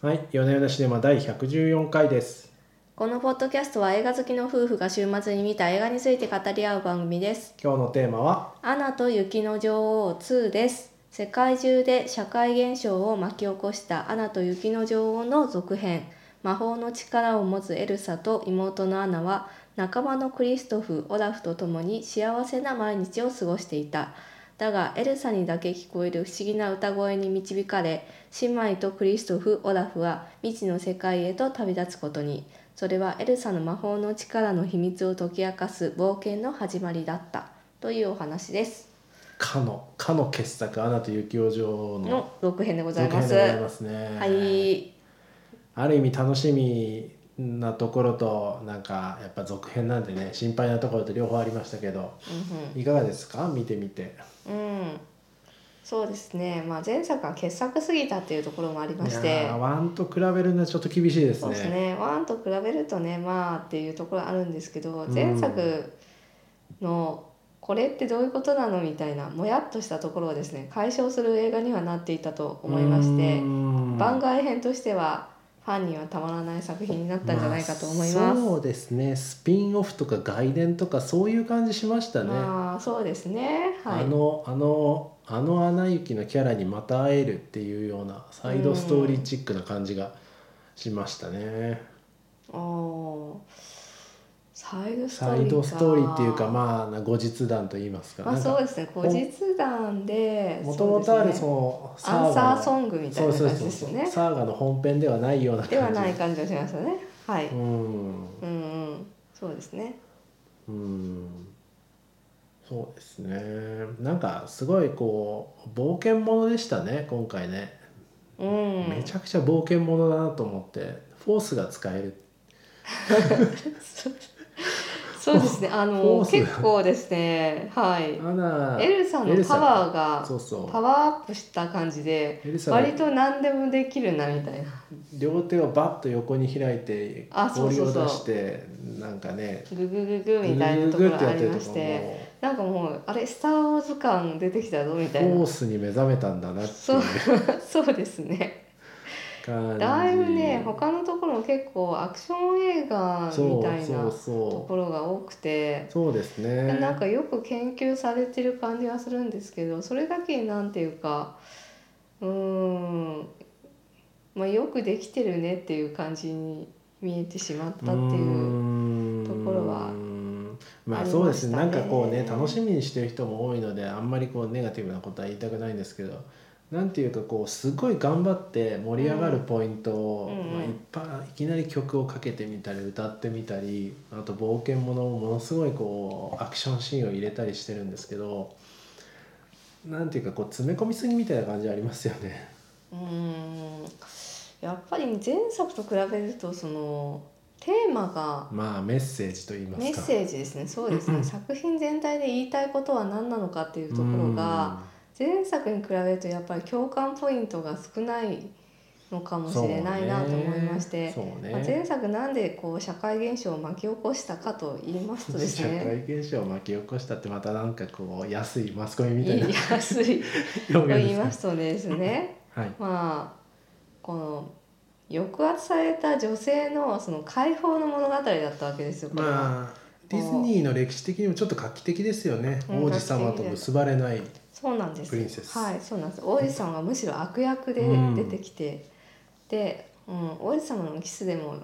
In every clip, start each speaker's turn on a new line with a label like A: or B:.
A: はい、夜な夜なシネマ第114回です。
B: このポッドキャストは映画好きの夫婦が週末に見た映画について語り合う番組です。
A: 今日のテーマは、
B: アナと雪の女王2です。世界中で社会現象を巻き起こしたアナと雪の女王の続編。魔法の力を持つエルサと妹のアナは仲間のクリストフ・オラフと共に幸せな毎日を過ごしていた。だがエルサにだけ聞こえる不思議な歌声に導かれ姉妹とクリストフ・オラフは未知の世界へと旅立つことにそれはエルサの魔法の力の秘密を解き明かす冒険の始まりだったというお話です
A: かの、かの傑作、アナと雪男女王の
B: の6編でござい
A: 続
B: ま
A: 編
B: す。
A: でございま
B: は
A: すね。
B: い、
A: ある意味楽しみなところと、なんかやっぱ続編なんでね、心配なところと両方ありましたけど、いかがですか見てみて。
B: うんうんうんそうですね、まあ、前作が傑作すぎたっていうところもありまし
A: い
B: て
A: やーワンと比べるのはちょっと厳しいです
B: そう
A: ね。
B: ですねワンと比べるとねまあっていうところあるんですけど
A: うん
B: 前作のこれってどういうことなのみたいなもやっとしたところをですね解消する映画にはなっていたと思いまして番
A: 外
B: 外編としてはファンにはたまらない作品になったんじゃないかと思います。
A: あそうですね。スピンオフとか外伝とかそういう感じしましたね。
B: まあそうですね。はい。
A: あのあのあの「アナ雪」のキャラにまた会えるっていうようなサイドストーリーチックな感じがしましたね。
B: おーサイドスト
A: サ
B: ーリー
A: イドストーリーっていうか
B: ま
A: まあ後日談と言いますか。
B: あそ
A: な
B: う
A: んか
B: ですね。後日談で
A: もともとあるそ
B: そう
A: の
B: ですねアンサ
A: ガ
B: ー
A: の
B: ソングみたい
A: そう
B: な
A: そう
B: 感じ
A: そう
B: です
A: そ
B: よ
A: う、
B: ね。
A: サーガの本編ではないような感じ
B: ではない感じがしましたね。はい。
A: うん
B: うんうん。そうですね。
A: うんそうですねなんかすごいこう冒険者でしたね今回ね、
B: うん。
A: めちゃくちゃ冒険者だなと思ってフォースが使える
B: そうそうですね。あ
A: フォー
B: の
A: ス
B: 結構ですね。はい。
A: アナ
B: エルさん
A: エ
B: の
A: ル
B: パ
A: サ
B: ワーが
A: そうそ
B: パ
A: う
B: ワーアップした感じで
A: エルサが
B: 割と何でもできるなみたいな
A: 両手をバッと横に開いて
B: あそう
A: 氷
B: そう
A: を
B: そう
A: 出してなんかね
B: ググググみたいなとこ
A: ググ
B: ろ
A: グって
B: あ
A: やって
B: り
A: る
B: ま
A: と
B: し
A: こ
B: て
A: も
B: なんかもうあれ「スター・ウォーズ」感出てきたぞみたい
A: フォ
B: な
A: ースに目覚めたんだなってい
B: そうう そうですね
A: 感じ
B: だいぶね他のところも結構アクション映画
A: そう
B: みたい
A: そう
B: なと
A: そ
B: ころが多くて
A: うそうですね
B: なんかよく研究されてる感じはするんですけどそれだけになんていうかうーん、まあ、よくできてるねっていう感じに見えてしまったっていう。
A: う
B: ところは
A: ーんま
B: あ
A: あ
B: りましたね
A: そうですねなんかこうね楽しみにしてる人も多いのであんまりこうネガティブなことは言いたくないんですけどなんていうかこうすごい頑張って盛り上がるポイントを、
B: うんうんうん
A: まあ、いっぱいいきなり曲をかけてみたり歌ってみたりあと冒険ものをものすごいこうアクションシーンを入れたりしてるんですけどなんていうかこう詰め込みすぎみたいな感じありますよね。
B: うーんやっぱり前作と比べるとそのテーマが
A: まあメッセージと言いますか。
B: メッセージですねそうですね作品全体で言いたいことは何なのかっていうところが前作に比べるとやっぱり共感ポイントが少ないのか
A: う
B: も
A: ん
B: しれないなと思いまして、
A: そうね
B: まあ、前作なんでこう社会現象を巻き起こしたかと言いますとです
A: 社
B: ね
A: 会現象を巻き起こしたってまたなんかこう安いマスコミみた
B: 言
A: いない
B: やすいと
A: 表現
B: 言
A: で
B: い
A: すね
B: ます とですね
A: はい
B: まあこの抑圧された女性のその解放の物語だったわけですよこれは、
A: まあディズニーの歴史的にもちょっと画期的ですよね
B: うん
A: 王子様と結ばれない
B: そうなんです
A: プリンセス
B: はいそうなんです王子様はむしろ悪役で
A: うん
B: 出てきて、で、うん、王子様のキスでも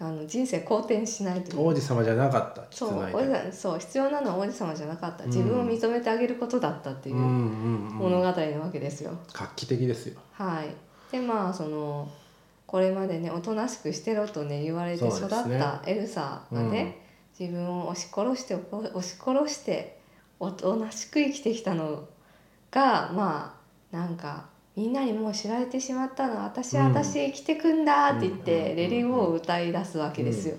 B: あの人生好転しないという
A: 王子様じゃなかった
B: そう
A: ない
B: 王子様そう必要なのは王子様じゃなかった自分を認めてあげることだったっていううん
A: うんう
B: 物
A: ん
B: 語なわけですよ、
A: 画期的ですよ
B: はい、でまあそのこれまでねおとなしくしてろとね言われて
A: そう
B: 育っ
A: ですね
B: たエルサがね、自分を押し殺して押し殺しておとなしく生きてきたのがまあなんかみんなにもう知られてしまったの私は
A: うん
B: 私生きてくんだって言っ
A: うんうんうんう
B: て
A: ん
B: レリゴーを歌い出すわけですよ。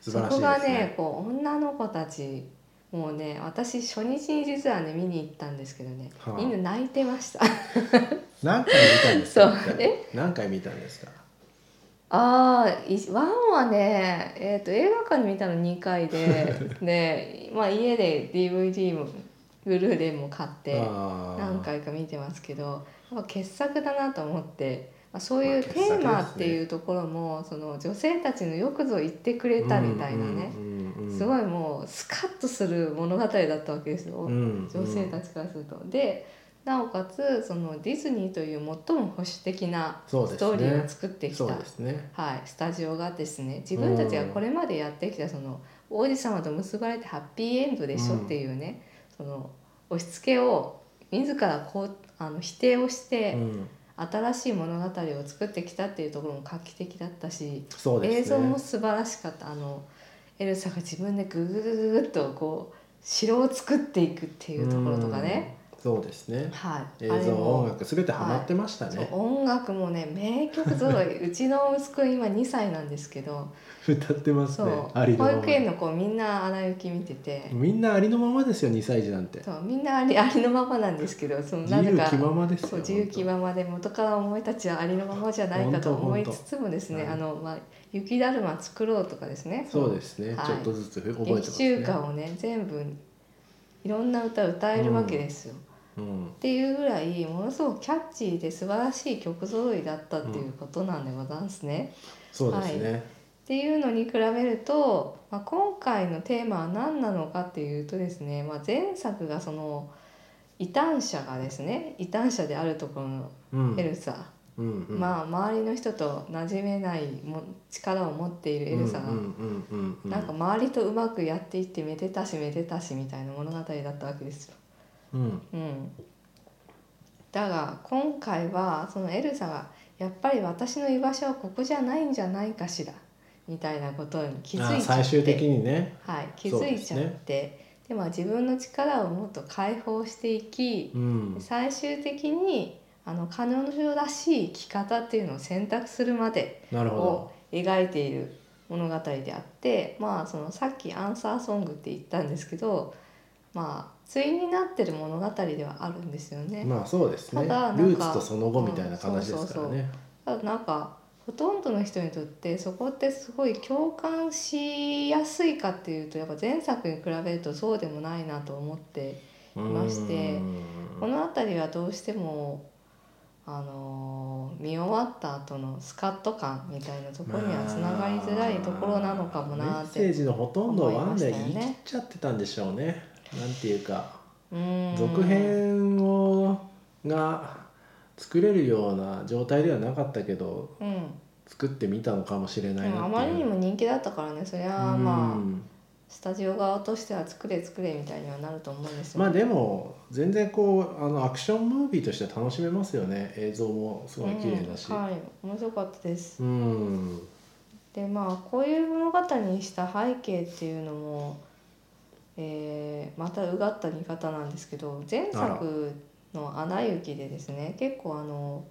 A: 素
B: そ
A: 晴らしいで
B: こ
A: す
B: が
A: ね
B: ねこう女の子たちもうね私初日に実はね見に行ったんですけどね、
A: はあ
B: みんな泣いてました。
A: 何回見たんですか
B: そう
A: 一回何回見たんですか
B: ああ、いワンはね、えっと映画館で見たの2回で、 ね、まあ家で DVD もブルーレイも買って
A: あー
B: 何回か見てますけど、やっぱ傑作だなと思って、まあそう
A: ま
B: いう
A: あ
B: テーマっていうところも、その女性たちのよくぞ言ってくれたみたいなね、すご
A: い
B: いもうスカッとする物語だったわけですよ、女性た
A: ち
B: ちからすると。でなおかつそのディズニーという最も保守的な
A: そうで
B: ス
A: すね
B: トーリーを作ってきた、
A: そうですね
B: はい、スタジオがですね自分たちがこれまでやってきたその王子様と結ばれてハッピーエンドでしょっていうね、その押し付けを自らこうあの否定をして、
A: うん
B: 新しい物語を作ってきたっていうところも画期的だったし、
A: そうですね
B: 映像も素晴らしかったあのエルサが自分でグググググっとこう城を作っていくっていうところとかね、
A: うんそうですね
B: はい、
A: 映
B: あれ
A: 像
B: も
A: 音楽すべてハマってました
B: そう
A: ね、
B: 音楽もね名曲ぞろいうちの息子今2歳なんですけど
A: 歌ってます
B: そ
A: ね
B: う
A: ありの
B: 保
A: ま
B: 育園の子みんな「アナ雪」見てて、
A: まみんなありのままですよ2歳児なんて
B: そうみんなあり ありのままなんですけどその
A: 自
B: なぜ
A: 由
B: か
A: 気ままですよ
B: そう自由気ままで元から思いたちはありのままじゃないかと思いつつもですね
A: 本
B: あ
A: 当
B: の、まあ、雪だるま作ろうとかですね
A: そうですね、
B: はい
A: ちょっとずつ覚えてます
B: 劇
A: ね
B: 中歌をね全部いろんな歌を歌えるわけですよ、
A: うん
B: っていうぐらいものすごくキャッチーで素晴らしい曲揃いだったっていうことなんでございますね。
A: そうですね、
B: っていうのに比べると、まあ、今回のテーマは何なのかっていうとですね、まあ、前作がその異端者がですね異端者であるところの
A: うん
B: エルサ、
A: うんうん、
B: まあ周りの人と馴染めないも力を持っているエルサが、
A: うんうんうんうんうん、
B: なんか周りとうまくやっていってめでたしめでたしみたいな物語だったわけですよ。
A: うん
B: うん、だが今回はそのエルサがやっぱり私の居場所はここじゃないんじゃないかしらみたいなことに気づいちゃっ
A: あ
B: て
A: 最終的にね
B: はい、気づいちゃってで,、まあ自分の力をもっと解放していき、
A: うん
B: 最終的にあの彼女らしい生き方っていうのを選択するまで
A: なるほ
B: を
A: ど
B: 描いている物語であってまあそのさっきアンサーソングって言ったんですけどまあ対になってる物語ではあるんですよね。
A: まあそうですね
B: ただなんか
A: ルーツとその後みたいな形ですからね、
B: ただなんかほとんどの人にとってそこってすごい共感しやすいかっていうとやっぱ前作に比べるとそうでもないなと思って
A: う
B: うそうそうそう
A: ーん
B: この辺りはどうしても。あのー見終わった後のスカッと感みたいなところにはつながりづらいところなのかも
A: まあ
B: な
A: メ
B: っ
A: ッ
B: て、
A: セージのほとんどはワンで
B: 思
A: 言
B: い
A: い
B: ま
A: 切
B: したよ
A: っ
B: ね
A: ちゃってたんでしょうねなんていうか
B: うん
A: 続編をが作れるような状態ではなかったけど
B: うん、
A: 作ってみたのかもしれな
B: で
A: いなっていう
B: もあまりにも人気だったからねそりゃあまあ、
A: うん
B: スタジオ側としては作れ作れみたいにはなると思うんですよ、
A: まあでも全然こうあのアクションムービーとして楽しめますよね映像もすごい綺麗だし、
B: うんはい面白かったです
A: うん
B: でまあこういう物語にした背景っていうのも、えーまたうがった見方なんですけど前作の「アナ雪」でですね結構あの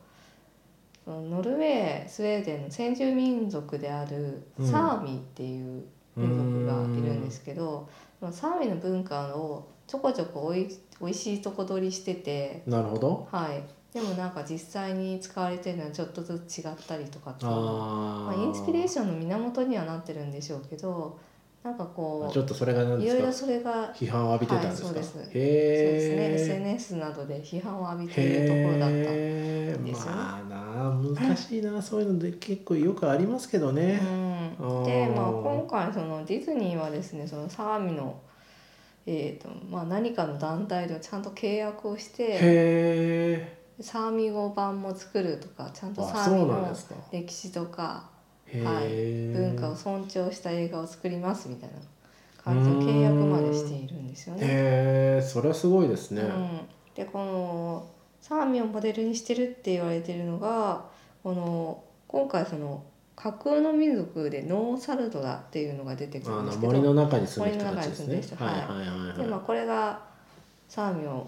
B: そのノルウェースウェーデンの先住民族である
A: うん
B: サーミっていう民族がいるんですけど、まあ、サーミの文化をちょこちょこおいおいしいとこ取りしてて、
A: うんなるほど
B: はい、でもなんか実際に使われてるのはちょっとずつ違ったりとかっていう
A: あ
B: まあ、
A: ー、
B: インスピレーションの源にはなってるんでしょうけどなんかこ
A: ちょっとそれが
B: う
A: 何
B: い
A: で
B: ろいろ
A: すか
B: それが
A: 批判を浴びてたんですか、
B: はいそうですそうですね
A: へえ
B: SNS などで批判を浴びているところだった。
A: へえ
B: んですよね
A: まあなあ難しいなそういうので結構よくありますけどね、
B: うん、で、まあ、今回そのディズニーはですねそのサーミの、えーとまあ、何かの団体とちゃんと契約をして
A: へえ
B: サーミ語版も作るとかちゃんとサ
A: あ
B: ー
A: そ
B: ミ
A: うなん
B: の
A: ですか
B: 歴史とか
A: へえ、
B: 文化を尊重した映画を作りますみたいな感じの契約までしているんですよね。
A: へえそれはすごいですね、
B: うん、でこのサーミをモデルにしてるって言われてるのがこの今回その架空の民族でノーサルドラっていうのが出てくる
A: あ
B: んで
A: の
B: すけど
A: 森の中に住む人たち
B: 森の中に住んでる
A: です
B: 人
A: ね。
B: はい
A: いはい
B: でまあ、これがサーミを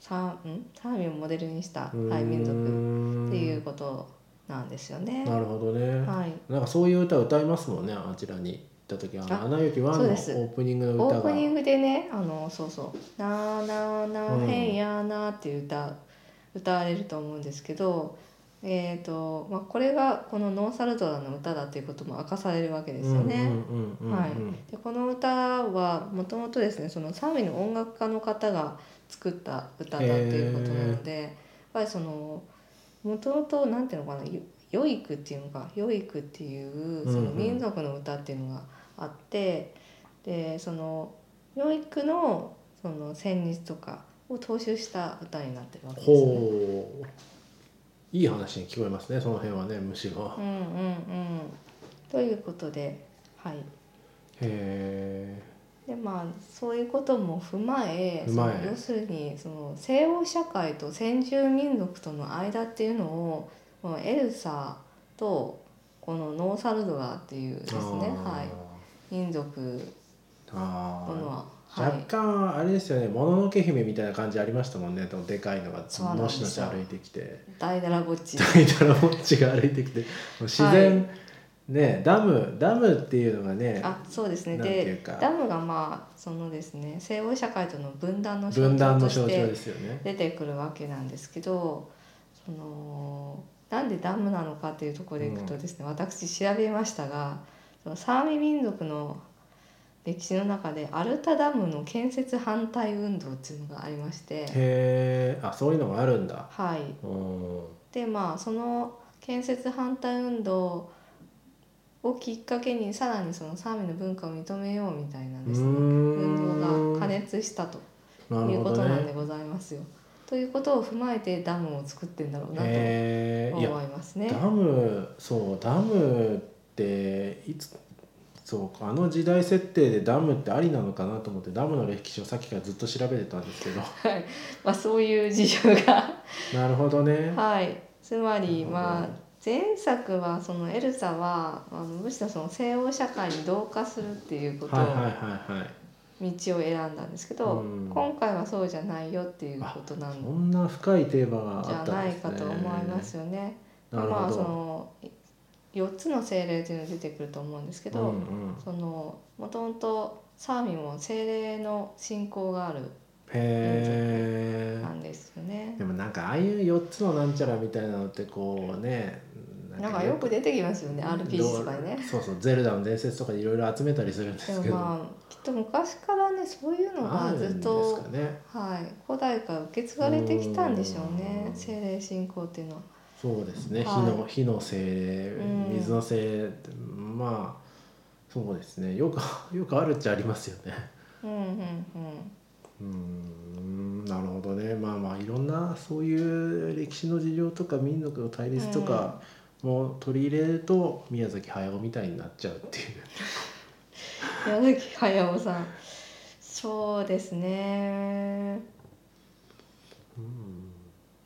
B: サーんサーミをモデルにした、はい、民族
A: 族
B: っていうことなんですよね。
A: なるほどね。
B: はい、
A: なんかそういう歌歌いますもんねあちらに行った時あの
B: あ
A: 「アナ雪ワン」
B: そう
A: のオ
B: です
A: ープニングの
B: オ
A: 歌
B: ープ
A: が
B: ニングでね「あのそうそうなーなーなーへんやーな」っていう歌、歌われると思うんですけど、えーとまあ、これがこの「ノーサルドラ」の歌だということも明かされるわけですよね。
A: うんうんうんうんうん
B: はいでこの歌はもともとですねそのサーミの音楽家の方が作った歌だっていうことなのでやっぱりそのもともとなんていうのかなよヨイクっていうのかヨイクっていうそ
A: うん
B: の
A: うん
B: 民族の歌っていうのがあって、でそのヨイクのその旋律とかを踏襲した歌になってるわけですよね。
A: ほういい話に聞こえますねその辺はねむしろ、
B: う
A: へ
B: んうんうん、ということではい
A: え
B: でまあそういうことも踏まえ
A: 踏まえ
B: その要するにその西欧社会と先住民族との間っていうのをこのエルサとこのノーサルドラっていうですねはい、民族
A: あ
B: と
A: ー
B: のは、は
A: 若
B: い、
A: 干あれですよね「もののけ姫」みたいな感じありましたもんねでもでかいのが
B: そうなん
A: の
B: で
A: し
B: すよ
A: のし歩いてきて
B: 大だらぼっち。
A: 大太郎ぼっちが歩いてきてもう自然、ねダムダムっていうのがね
B: あそうですね
A: なんていう
B: で
A: か
B: ダムがまあそのですね西欧社会との分断の象
A: 分断
B: 徴
A: の
B: とし
A: 象徴
B: て
A: ですよね。
B: 出てくるわけなんですけどそのなんでダムなのかっていうところでいくとですね、私調べましたがそのサーミ民族の歴史の中でアルタダムの建設反対運動っていうのがありまして、
A: へえあそういうのがあるんだ。
B: はい、
A: うん
B: でまあその建設反対運動をきっかけにさらにそのサーミの文化を認めようみたいなですね、運動が加
A: なる
B: 熱したと
A: ほ
B: いうこと
A: ど
B: なんで
A: ね。
B: ございますよ。ということを踏まえてダムを作ってんだろうなと
A: へえいや
B: 思いますね。
A: ダムそうダムっていつそうかあの時代設定でダムってありなのかなと思ってダムの歴史をさっきからずっと調べてたんですけ ど
B: まあそういう事情が
A: なるほどね。
B: はい。つま
A: なるほ
B: り
A: ど
B: まあ前作はそのエルサはあのむしろその西欧社会に同化するっていうことを
A: はいはいはいはい。
B: 道を選んだんですけど、
A: うん
B: 今回はそうじゃないよっていうことな
A: そ
B: んじ
A: んな深いテーマがあ
B: ゃ
A: ったん
B: ない
A: ですね。
B: かと思いますよね。
A: なる
B: ま
A: ほ
B: あそ
A: ど。
B: の4つの精霊っていうのが出てくると思うんですけど、
A: うんうん、
B: そのもともとサーミも精霊の信仰がある
A: へ
B: な
A: え。
B: んですよね
A: で。もなんかああいう4つのなんちゃらみたいなのってこうね
B: なんかよく出てきますよね RPG とかにね。
A: そうそう「ゼルダの伝説」とかいろいろ集めたりするんで
B: ですも
A: けど、
B: まあきっと昔からねそういうの
A: あ
B: が
A: るん
B: ずっ
A: です
B: と、
A: かね
B: はい、古代から受け継がれてきたんでしょう
A: う
B: ね
A: ん
B: 精霊信仰っていうのは。
A: そうですね、
B: はい
A: 火の火の精霊
B: うん
A: 水の精霊ってまあそうですねよく よくあるっちゃありますよね
B: うんうんうん、
A: うーんなるほどねまあまあいろんなそういう歴史の事情とか民族の対立とかも取り入れると宮崎駿みたいになっちゃうって いう
B: 柳駿さんそうですね
A: うん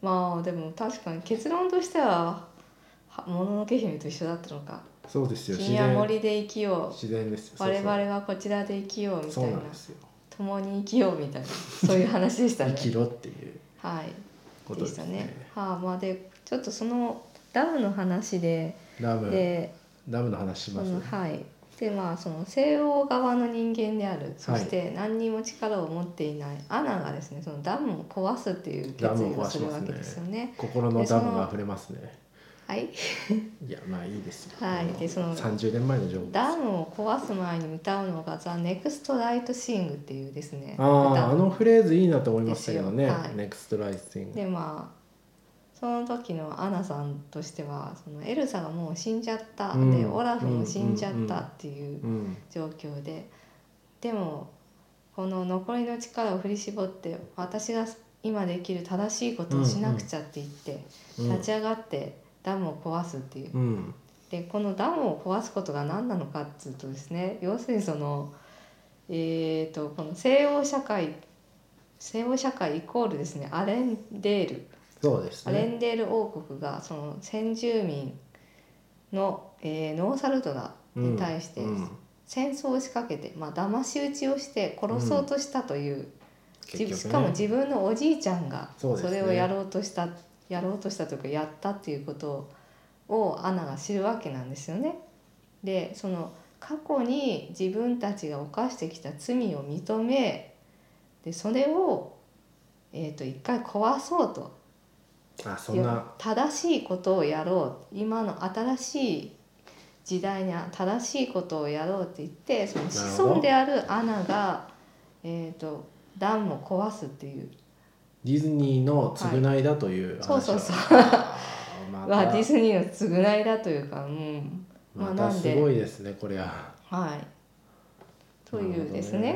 B: まあでも確かに結論としては「はもののけ姫」と一緒だったのか
A: そうです
B: 「
A: よ自
B: 君は
A: 然
B: 森で生きよう」
A: 自然ですよそう
B: 我
A: そう
B: 々はこちらで生きようみた
A: そう
B: い
A: な
B: なん
A: ですよ
B: 共に生きようみたいなそういう話でした
A: 生
B: ね。
A: きろっていう
B: はい、
A: こと
B: で
A: で
B: し
A: す
B: た
A: ね
B: ね。はあ、まあでちょっとそのダムの話で、
A: ダム
B: で
A: ダムの話し
B: そ
A: ます
B: のはいでまあその西欧側の人間であるそして何にも力を持っていないアナがですねそのダムを壊すっていう決意
A: ダムを
B: を
A: 壊
B: す
A: しますね
B: るわけですよね。
A: 心のダムが溢れますね
B: はい、
A: いやまあいいですよ
B: はいでその
A: 30年前の情報
B: ダムを壊す前に歌うのが「ザ・ネクスト・ライト・シング」っていうですね
A: ああ
B: 歌
A: あのフレーズいいなと思いましたけどね
B: ですよはい
A: 「ネクストライティング
B: でまあその時のアナさんとしてはそのエルサがもう死んじゃった、
A: うん
B: でオラフも死んじゃ
A: うんう
B: っ
A: んうん
B: たっていう
A: うん
B: 状況で、でもこの残りの力を振り絞って私が今できる正しいことをしなくちゃって言って、
A: うん
B: 立ち上がってダムを壊すっていう。
A: うん
B: でこのダムを壊すことが何なのかっつうとですね要するにそのえっ、とこの西欧社会西欧社会イコールですねアレンデール
A: そうです
B: アレ
A: ね
B: ンデール王国がその先住民の、えーノーサルトラに対して
A: うんうん
B: 戦争を仕掛けて、まあ騙し討ちをして殺そうとしたという、
A: 結局ね
B: しかも自分のおじいちゃんが
A: そう
B: そ
A: ですね
B: れをやろうとした、やろうとしたというかやったっていうことをアナが知るわけなんですよね。でその過去に自分たちが犯してきた罪を認めでそれを、えー、と一回壊そうと
A: あそんな
B: 正しいことをやろう今の新しい時代に正しいことをやろうって言ってその
A: るほど
B: 子孫であるアナが、えー、とダムを壊すっていう
A: ディズニーの償いだという
B: そうそうそう
A: あまた
B: はディズニーの償いだというかうん
A: ま
B: まあ
A: た
B: なん
A: す
B: で
A: ごいですねこれは。
B: はいというです
A: なる
B: ね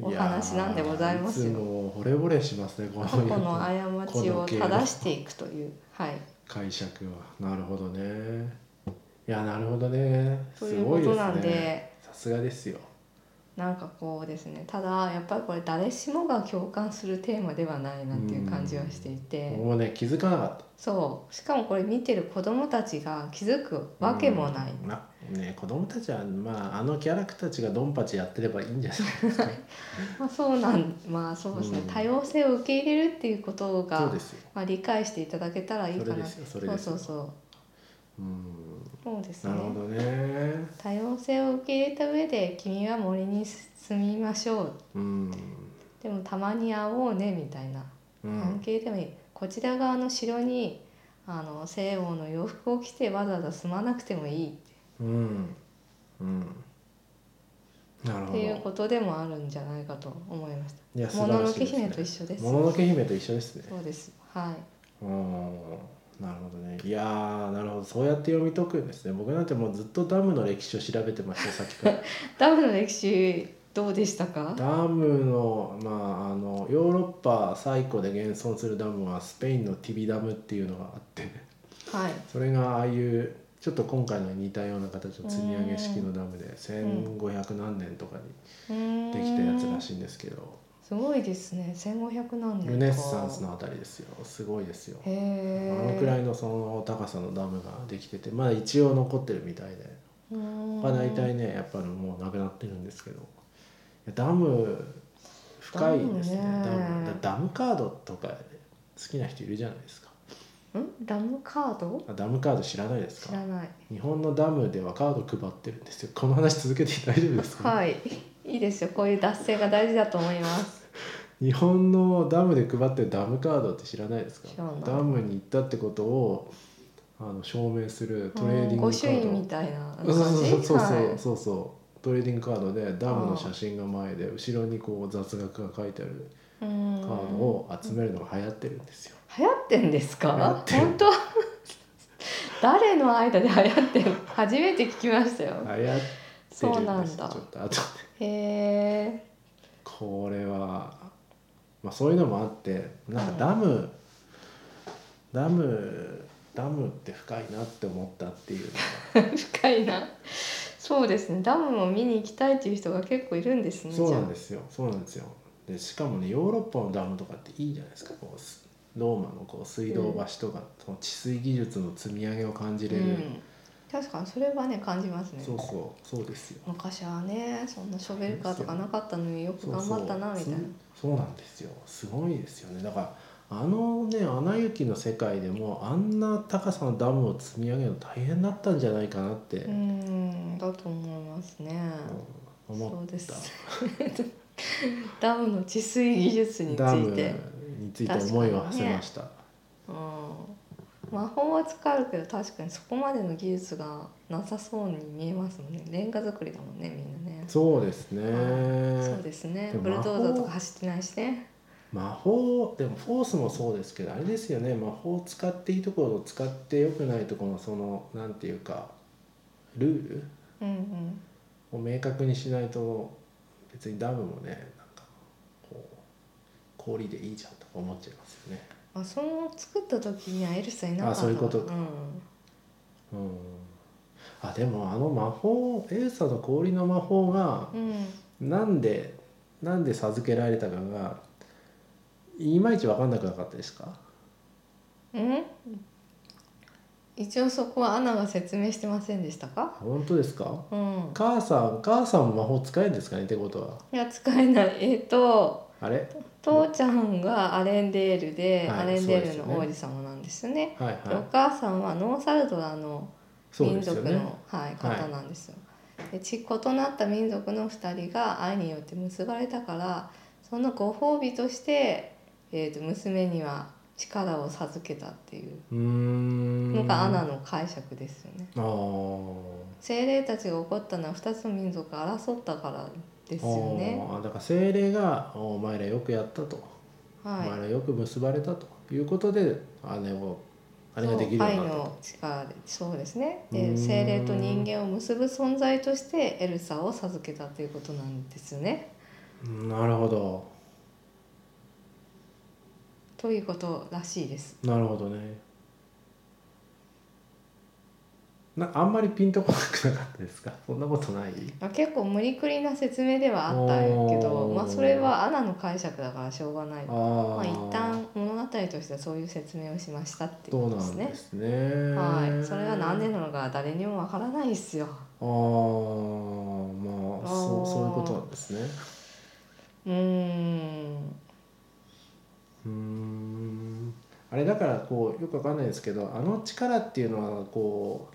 A: ほどね
B: お話なんでございます
A: い
B: よ
A: やーいつも惚れ惚れしますねこ
B: 過去の
A: の
B: 過ちを正していくというはい
A: 解釈はなるほどねいやなるほどね
B: と
A: す
B: いう
A: ご
B: こ
A: いで
B: と
A: す
B: なんで
A: ねさすがですよ
B: なんかこうですねただやっぱりこれ誰しもが共感するテーマではないなっていう感じはしていて。
A: もうね気づかなかった
B: そうしかもこれ見てる子供たちが気づくわけもない、
A: うんなね子供たちはまああのキャラクターたちがドンパチやってればいいんじゃないですか
B: まあ、そうなんまあそうですね、
A: うん
B: 多様性を受け入れるっていうこと
A: そう
B: が
A: で、すよ
B: まあ、理解していただけたらいい
A: そ
B: か
A: れ
B: な
A: ですよそれです
B: そ
A: よ
B: うそ
A: う
B: う
A: ん
B: そうそうです
A: な
B: ね
A: るほどね
B: 多様性を受け入れた上で「君は森に住みましょう
A: うん、」
B: でもたまに会おうねみたいな
A: う
B: 関
A: ん、
B: 係でもいい、こちら側の城にあの西欧の洋服を着てわざわざ住まなくてもいい
A: うんうんなる
B: っ
A: ほど
B: ていうことでもあるんじゃないかと思いました。
A: いや素
B: も
A: 晴
B: の
A: ら
B: の
A: しい
B: け
A: ですね
B: 姫と一緒です。
A: もののけ姫と一緒ですね。
B: そうです。は
A: うんなるほどね。いやーなるほどそうやって読み解くんですね。僕なんてもうずっとダムの歴史を調べてましたよさっきから。
B: い。ダムの歴史どうでしたか？
A: ダムのまああのヨーロッパ最古で現存するダムはスペインのティビダムっていうのがあって
B: はい。
A: それがああいうちょっと今回の似たような形の積み上げ式のダムで1500何年とか
B: うー
A: に
B: ん
A: できたやつらしいんですけど、
B: すごいですね。1500何年か。
A: ルネッサンスのあたりですよすごいですよ。
B: へえ。
A: あのくらいのその高さのダムができててまあ一応残ってるみたいで
B: うーん。
A: まあ大体ねやっぱりもうなくなってるんですけどいやダム深いですね
B: ダムね
A: ダムだダムカードとか好きな人いるじゃないですか
B: ん？ダムカード？
A: あダムカード知らないです
B: 知
A: から
B: ない。
A: 日本のダムではカード配ってるんですよこの話続けて大丈夫ですか、
B: はい。 いいですよ。こういう脱線が大事だと思います。
A: 日本のダムで配ってるダムカードって知らないですか
B: 知らない
A: ダムに行ったってことをあの証明する トレーディングカ
B: ご主
A: ード
B: 人みたいな
A: そうそうそうそう
B: はい
A: そうそうトレーディングカードでダムの写真が前で後ろにこう雑学が書いてある
B: うー
A: カ
B: ん
A: ードを集めるのが流行ってるんですよ。
B: 流行ってんです
A: 流行
B: か
A: ってる
B: 本当 誰の間で流行ってる初めて聞きましたよ、
A: 流行ってるんです
B: そうなんだ
A: ちょっと後で
B: へえ
A: これは、まあ、そういうのもあってなん
B: うん
A: かダム、ダムダムって深いなって思ったっていうのが
B: 深いなそうですねダムを見に行きたいっていう人が結構いるんですね
A: そうなんですすよそうなんですよ。でしかもねヨーロッパのダムとかっていいじゃないですかこうすローマのこう水道橋とか、その治水技術の積み上げを感じれ
B: う
A: る。
B: ん、確かにそれはね感じますね
A: そうそうそうですよ。
B: 昔はねそんなショベルカーとかなかったのによく
A: そう
B: 頑
A: そう
B: 張ったなみたいな
A: そうそうなんですよ。すごいですよね。だからあのねアナ雪の世界でもあんな高さのダムを積み上げるの大変だったんじゃないかなって、
B: ううんだと思いますね、
A: うん思
B: そ
A: っ
B: う
A: た。
B: です ダムの治水技術につ
A: ダ
B: い
A: ム
B: て
A: について思いを馳せました。
B: うん魔法は使うけど確かにそこまでの技術がなさそうに見えますもんねレンガ作りだもんねみんなね
A: そうですね。
B: そうですね
A: でも
B: ブルドーザーとか走ってないしね
A: 魔法でもフォースもそうですけどあれですよね魔法を使っていいところを使ってよくないところのそのなんていうかルール
B: うんう
A: を
B: ん
A: 明確にしないと別にダムもねなんかこう氷でいいじゃんとか思っちゃいますよね。
B: まあその作った時にはエルサいなかった
A: あそういうこと
B: う
A: か
B: ん、
A: うんあでもあの魔法エルサの氷の魔法が
B: うん、
A: なんでなんで授けられたかがいまいち分かんなくなかったですか
B: うん一応そこはアナが説明してませんでしたか
A: 本当ですか
B: うん
A: 母さん母さんも魔法使えるんですかねってことはい
B: や使えないえっ、と
A: あれ
B: 父ちゃんがアレンデールで、
A: はい
B: アレンデールの王子様なんですよね
A: はい
B: でお
A: は
B: 母さんはノーサルドラの
A: いそう
B: 民
A: です
B: 族
A: よ
B: の、
A: ね
B: はい、
A: はい
B: 方なんですよ。でち異なった民族の2人が愛によって結ばれたからそのご褒美として、えー、と娘には力を授けたっていう
A: うーん
B: のがアナの解釈ですよね。
A: あ
B: 精霊たちが怒ったのは2つの民族が争ったからです
A: あ、
B: よね。
A: あーだから精霊が「お前らよくやった」と。
B: は
A: まあ、あ
B: い
A: れよく結ばれたということで姉をあれができるよう
B: 愛
A: になったと
B: の力でそうですね
A: うー
B: で
A: ん
B: 精霊と人間を結ぶ存在としてエルサを授けたということなんですよね。
A: うんなるほど
B: ということらしいです。
A: なるほどねなあんまりピンとこなくなかったですかそんなことない
B: まあ結構無理くりな説明ではあったんやけど
A: お、ー
B: まあ、それはアナの解釈だからしょうがない
A: あ、ー
B: まあ、一旦物語としてはそういう説明をしましたってい
A: そ
B: うこ
A: う
B: と
A: な
B: です
A: ん
B: ね
A: で。すね
B: はい、それは何で
A: あ
B: なのか誰にもわからないですよ。
A: あーまあそ
B: あー
A: うそういうことなんですね
B: うーん、
A: うーんあれだからこうよくわかんないですけどあの力っていうのはこ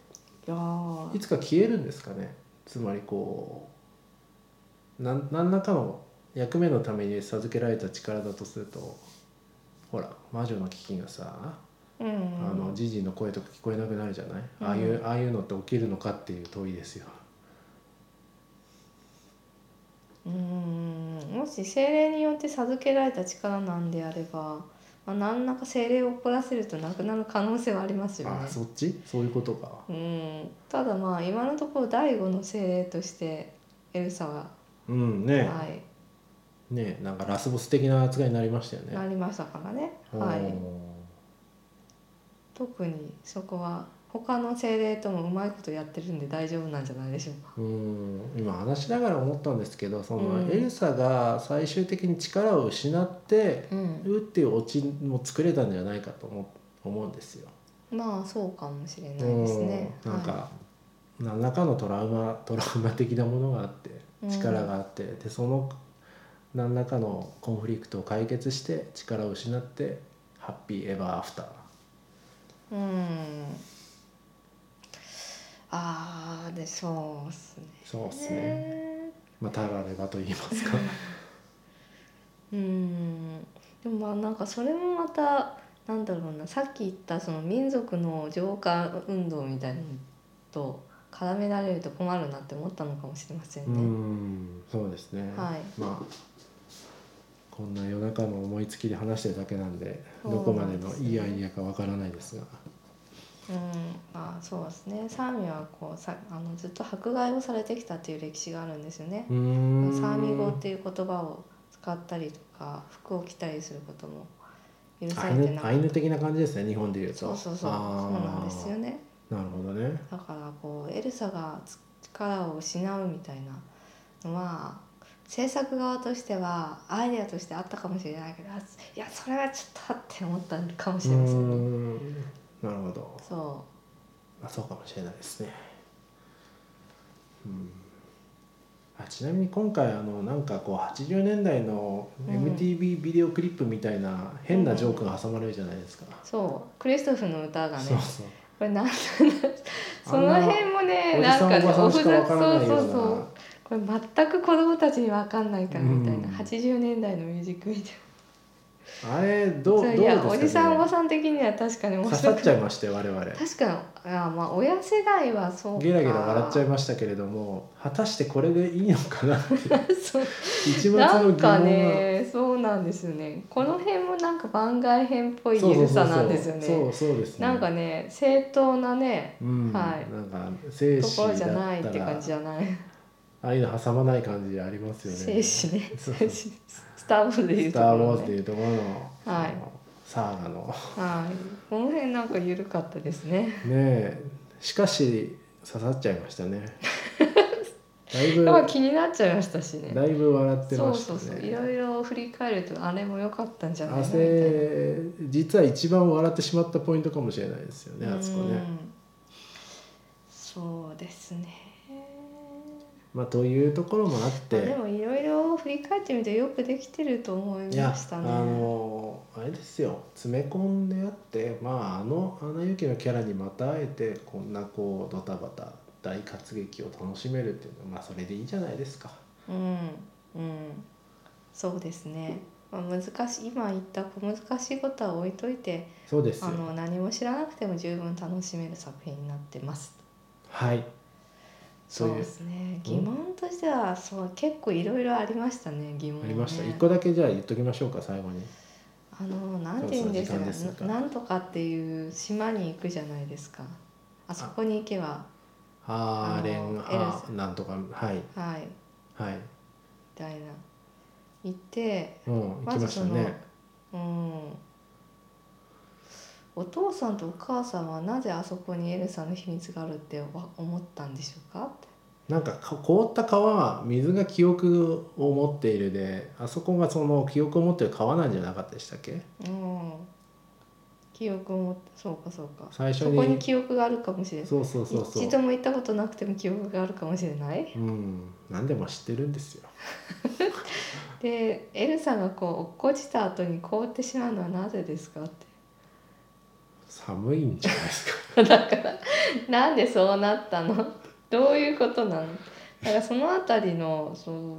B: いやー
A: ういつか消えるんですかねつまりこうなん何らかの役目のために授けられた力だとするとほら魔女の危機がさ、
B: うんうん
A: あのジジイの声とか聞こえなくなるじゃない、ああい
B: うん
A: うああいうのって起きるのかっていう問いですよ。
B: うーんもし精霊によって授けられた力なんであれば、まあ、何らか精霊を怒らせるとなくなる可能性はありますよね
A: あ。そっちそういうことか。
B: うん、ただまあ今のところ第五の精霊としてエルサは、
A: うんね
B: はい、
A: ねなんかラスボス的な扱いになりましたよね。
B: なりましたからね、はい、
A: い、
B: 特にそこは他の精霊ともうまいことやってるんで大丈夫なんじゃないでしょうか。
A: うん今話しながら思ったんですけどその
B: うん
A: エルサが最終的に力を失って
B: うん、
A: るっていうオチも作れたんじゃないかと思思うんですよ。
B: まあそうかもしれないですね。
A: うんなんか、
B: は
A: 何らかのトラウマトラウマ的なものがあって
B: うん
A: 力があって、でその何らかのコンフリクトを解決して力を失ってハッピーエバーアフター。
B: い、うん、ああでそうっすね。
A: そうですね。まあ、たらればと言いますか。
B: うんでもまあなんかそれもまたなんだろうなさっき言ったその民族の浄化運動みたいなのと絡められると困るなって思ったのかもしれませ
A: うん
B: ね。
A: ん、そうですね。
B: はい
A: まあ。こんな夜中の思いつきで話してるだけなんで、
B: そう
A: どこまでのいいアイディアかわからないですが。
B: うんまあそうですねサーミはこうさあのずっと迫害をされてきたっていう歴史があるんですよね。
A: うーん。
B: サーミ語っていう言葉を使ったりとか服を着たりすることも許さ
A: ア
B: れ
A: イ
B: てな
A: ヌ、ア
B: か
A: イ
B: っ
A: ヌ的な感じですね、日本でいうと。
B: たそうそうそうそう
A: あー
B: なんですよ。ね。
A: なるほどね。
B: だからこうエルサが力を失うみたいなのは制作側としてはアイデアとしてあったかもしれないけどあいやそれはちょっとって思ったかもし
A: うー
B: れませんね。
A: ん。なるほど。
B: そ
A: あ、そうかもしれないですね。うん。あちなみに今回あのなんかこう80年代の
B: うん
A: MTV ビデオクリップみたいな変なジョークが挟まれるじゃないですか。
B: うそうクリストフの歌がね
A: そうそう。
B: これなんだその辺もね
A: おじ
B: なん
A: さん
B: か
A: お
B: ね
A: ばさんしかわ
B: おふ
A: か
B: ざ
A: らな
B: そう
A: いような
B: そうそうこれ全く子供たちにわかんないからみたいな、
A: うん
B: 80年代のミュージックビデ
A: あれど
B: オ
A: うどう
B: そう
A: で
B: い
A: すか、
B: や
A: ね、
B: おじさんおばさん的には確かに面
A: 刺
B: 白
A: さっ
B: く
A: ちゃいましたよ我々
B: 確かにあまあ親世代はそうか
A: ゲラゲラ笑っちゃい
B: い
A: ましたけれども果たしてこれでいいのかなっていう
B: そう
A: 一抹
B: な
A: の疑
B: ん
A: 問
B: か
A: が、
B: ねそうなんですよねこの辺もなんか番外編っぽい
A: そうそう
B: 緩
A: そう
B: さなんですよ
A: そ
B: ね
A: うそうですね
B: なんかね正当なね
A: うん
B: はい
A: なんか精
B: ところ
A: 子
B: じゃ
A: だ
B: ないっ
A: ってたら
B: 感じじゃない
A: ああいうの挟まない感じありますよ
B: 精
A: ね
B: 子ね
A: そう
B: 精子スター・ウォーズでいう
A: ス
B: と
A: タ
B: こ
A: ー・ウォ
B: ろ
A: ーズで
B: ね
A: いうところの,、
B: はい
A: あのサーガの
B: はいこの辺なんか緩かったですね
A: ねえしかし刺さっちゃいました ねだいぶ
B: なんか気になっちゃいましたしね
A: だいぶ笑って
B: そ
A: ま
B: う
A: した
B: そ
A: ね
B: うそういろいろ振り返るとあれも良かったんじゃ
A: あ
B: ないのみたいな
A: せ実は一番笑ってしまったポイントかもしれないですよねあそこ
B: う
A: ね。
B: んそうですね
A: まあ、というところもあっ
B: まあで
A: て
B: もいろいろ振り返ってみてよくできてると思い
A: いや
B: まし
A: あ
B: たね
A: のあれですよ詰め込んであって、まあ、あの「アナ雪」のキャラにまた会えてこんなこうドタバタ大活劇を楽しめるっていうのは、まあ、それでいいじゃないですか。
B: うんうんそうですね、まあ、難しい今言った小難しいことは置いといて
A: そうですよ
B: あの何も知らなくても十分楽しめる作品になってます
A: はいそうい
B: そう
A: う
B: ですね疑問としてはそう結構いろいろありましたね疑問
A: あ
B: は
A: りました
B: ね
A: 一個だけじゃあ言っときましょうか最後に。
B: ああのなんて言うんですか
A: そうそう時間ですか
B: ななんとかっていう島に行くじゃないですかあそこに行けば
A: ハーレ
B: あ
A: ン
B: の
A: ハ
B: エ
A: ー
B: ル
A: なんとかはい
B: はいみ
A: はい
B: たいな行って
A: うん行
B: ま
A: き
B: ず
A: ました
B: その、
A: ね、
B: うんお父さんとお母さんはなぜあそこにエルサの秘密があるってわ思ったんでしょうかって
A: なんかか凍った川は水が記憶を持っているであそこがその記憶を持っている川なんじゃなかったでしたっけ
B: うん記憶を持ってそうかそうか
A: 最初
B: そ
A: に
B: こに記憶があるかもしれない
A: そうそうそうそう
B: 一度も行ったことなくても記憶があるかもしれない
A: うん何でも知ってるんですよ
B: でエルサがこう落っこちた後に凍ってしまうのはなぜですかって
A: 寒いんじゃないですか
B: なんでそうなったの どういうことなのだからそのあたりのそ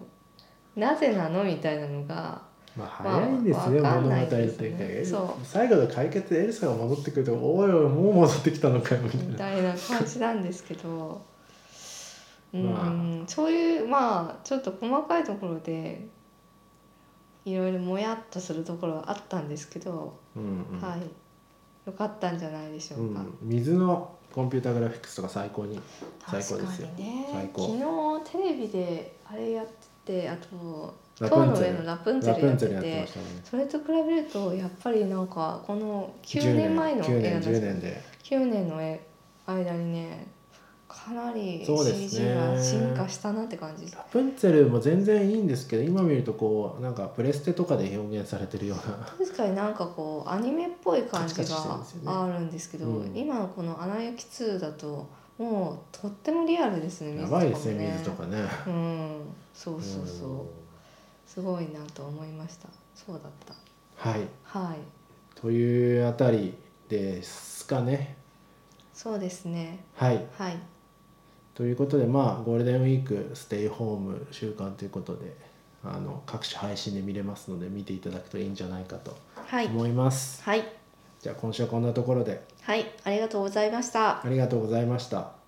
B: うなぜなのみたいなのが
A: まあ早いんですね、
B: わかん
A: 物
B: ない
A: 語と
B: で
A: いう
B: すね
A: かエル
B: そ
A: 最後の解決でエルサが戻ってくると「おいおいもう戻ってきたのかよ」みたい
B: み
A: な。
B: たいな感じなんです けど、うん
A: ま
B: そういうまあちょっと細かいところでいろいろもやっとするところはあったんですけど、
A: うんうん
B: はい良かったんじゃないでしょ
A: う
B: うか。
A: ん、水のコンピューターグラフィックスとか最高に最高
B: 確
A: です
B: か
A: よ
B: にね
A: 最高
B: 昨日テレビであれやっててあと
A: ラ
B: 塔
A: プン
B: の
A: ツェ
B: 上
A: ル
B: のラプンツ
A: ラ
B: ェル
A: プ
B: や
A: ン
B: っ
A: ツェ
B: て
A: ルやってま
B: て
A: したね
B: それと比べるとやっぱりなんかこの
A: 10
B: 9年前の
A: 9
B: 映
A: 年
B: 画なんです
A: 10
B: けど
A: 年で
B: 9年のえ間にねかなり
A: そうですね
B: CG が進化したなって感じです
A: ラプンツェルも全然いいんですけど今見るとこうなんかプレステとかで表現されてるような
B: 確かになんかこうアニメっぽい感じ
A: カチカチしてるん
B: が
A: ですよね
B: あるんですけど
A: うん
B: 今のこの「アナ雪2」だともうとってもリアルですね
A: や
B: 水 とかも
A: ば
B: ね
A: いですね水とかね
B: うんそうそうそう、すごいなと思いましたそうだった
A: はい
B: はい
A: というあたりですかね
B: そうですね
A: はい
B: はい
A: ということでまあゴールデンウィークステイホーム週間ということであの各種配信で見れますので見ていただくといいんじゃないかと
B: はい
A: 思います、
B: はい
A: じゃあ今週はこんなところで
B: はいありがとうございました
A: ありがとうございました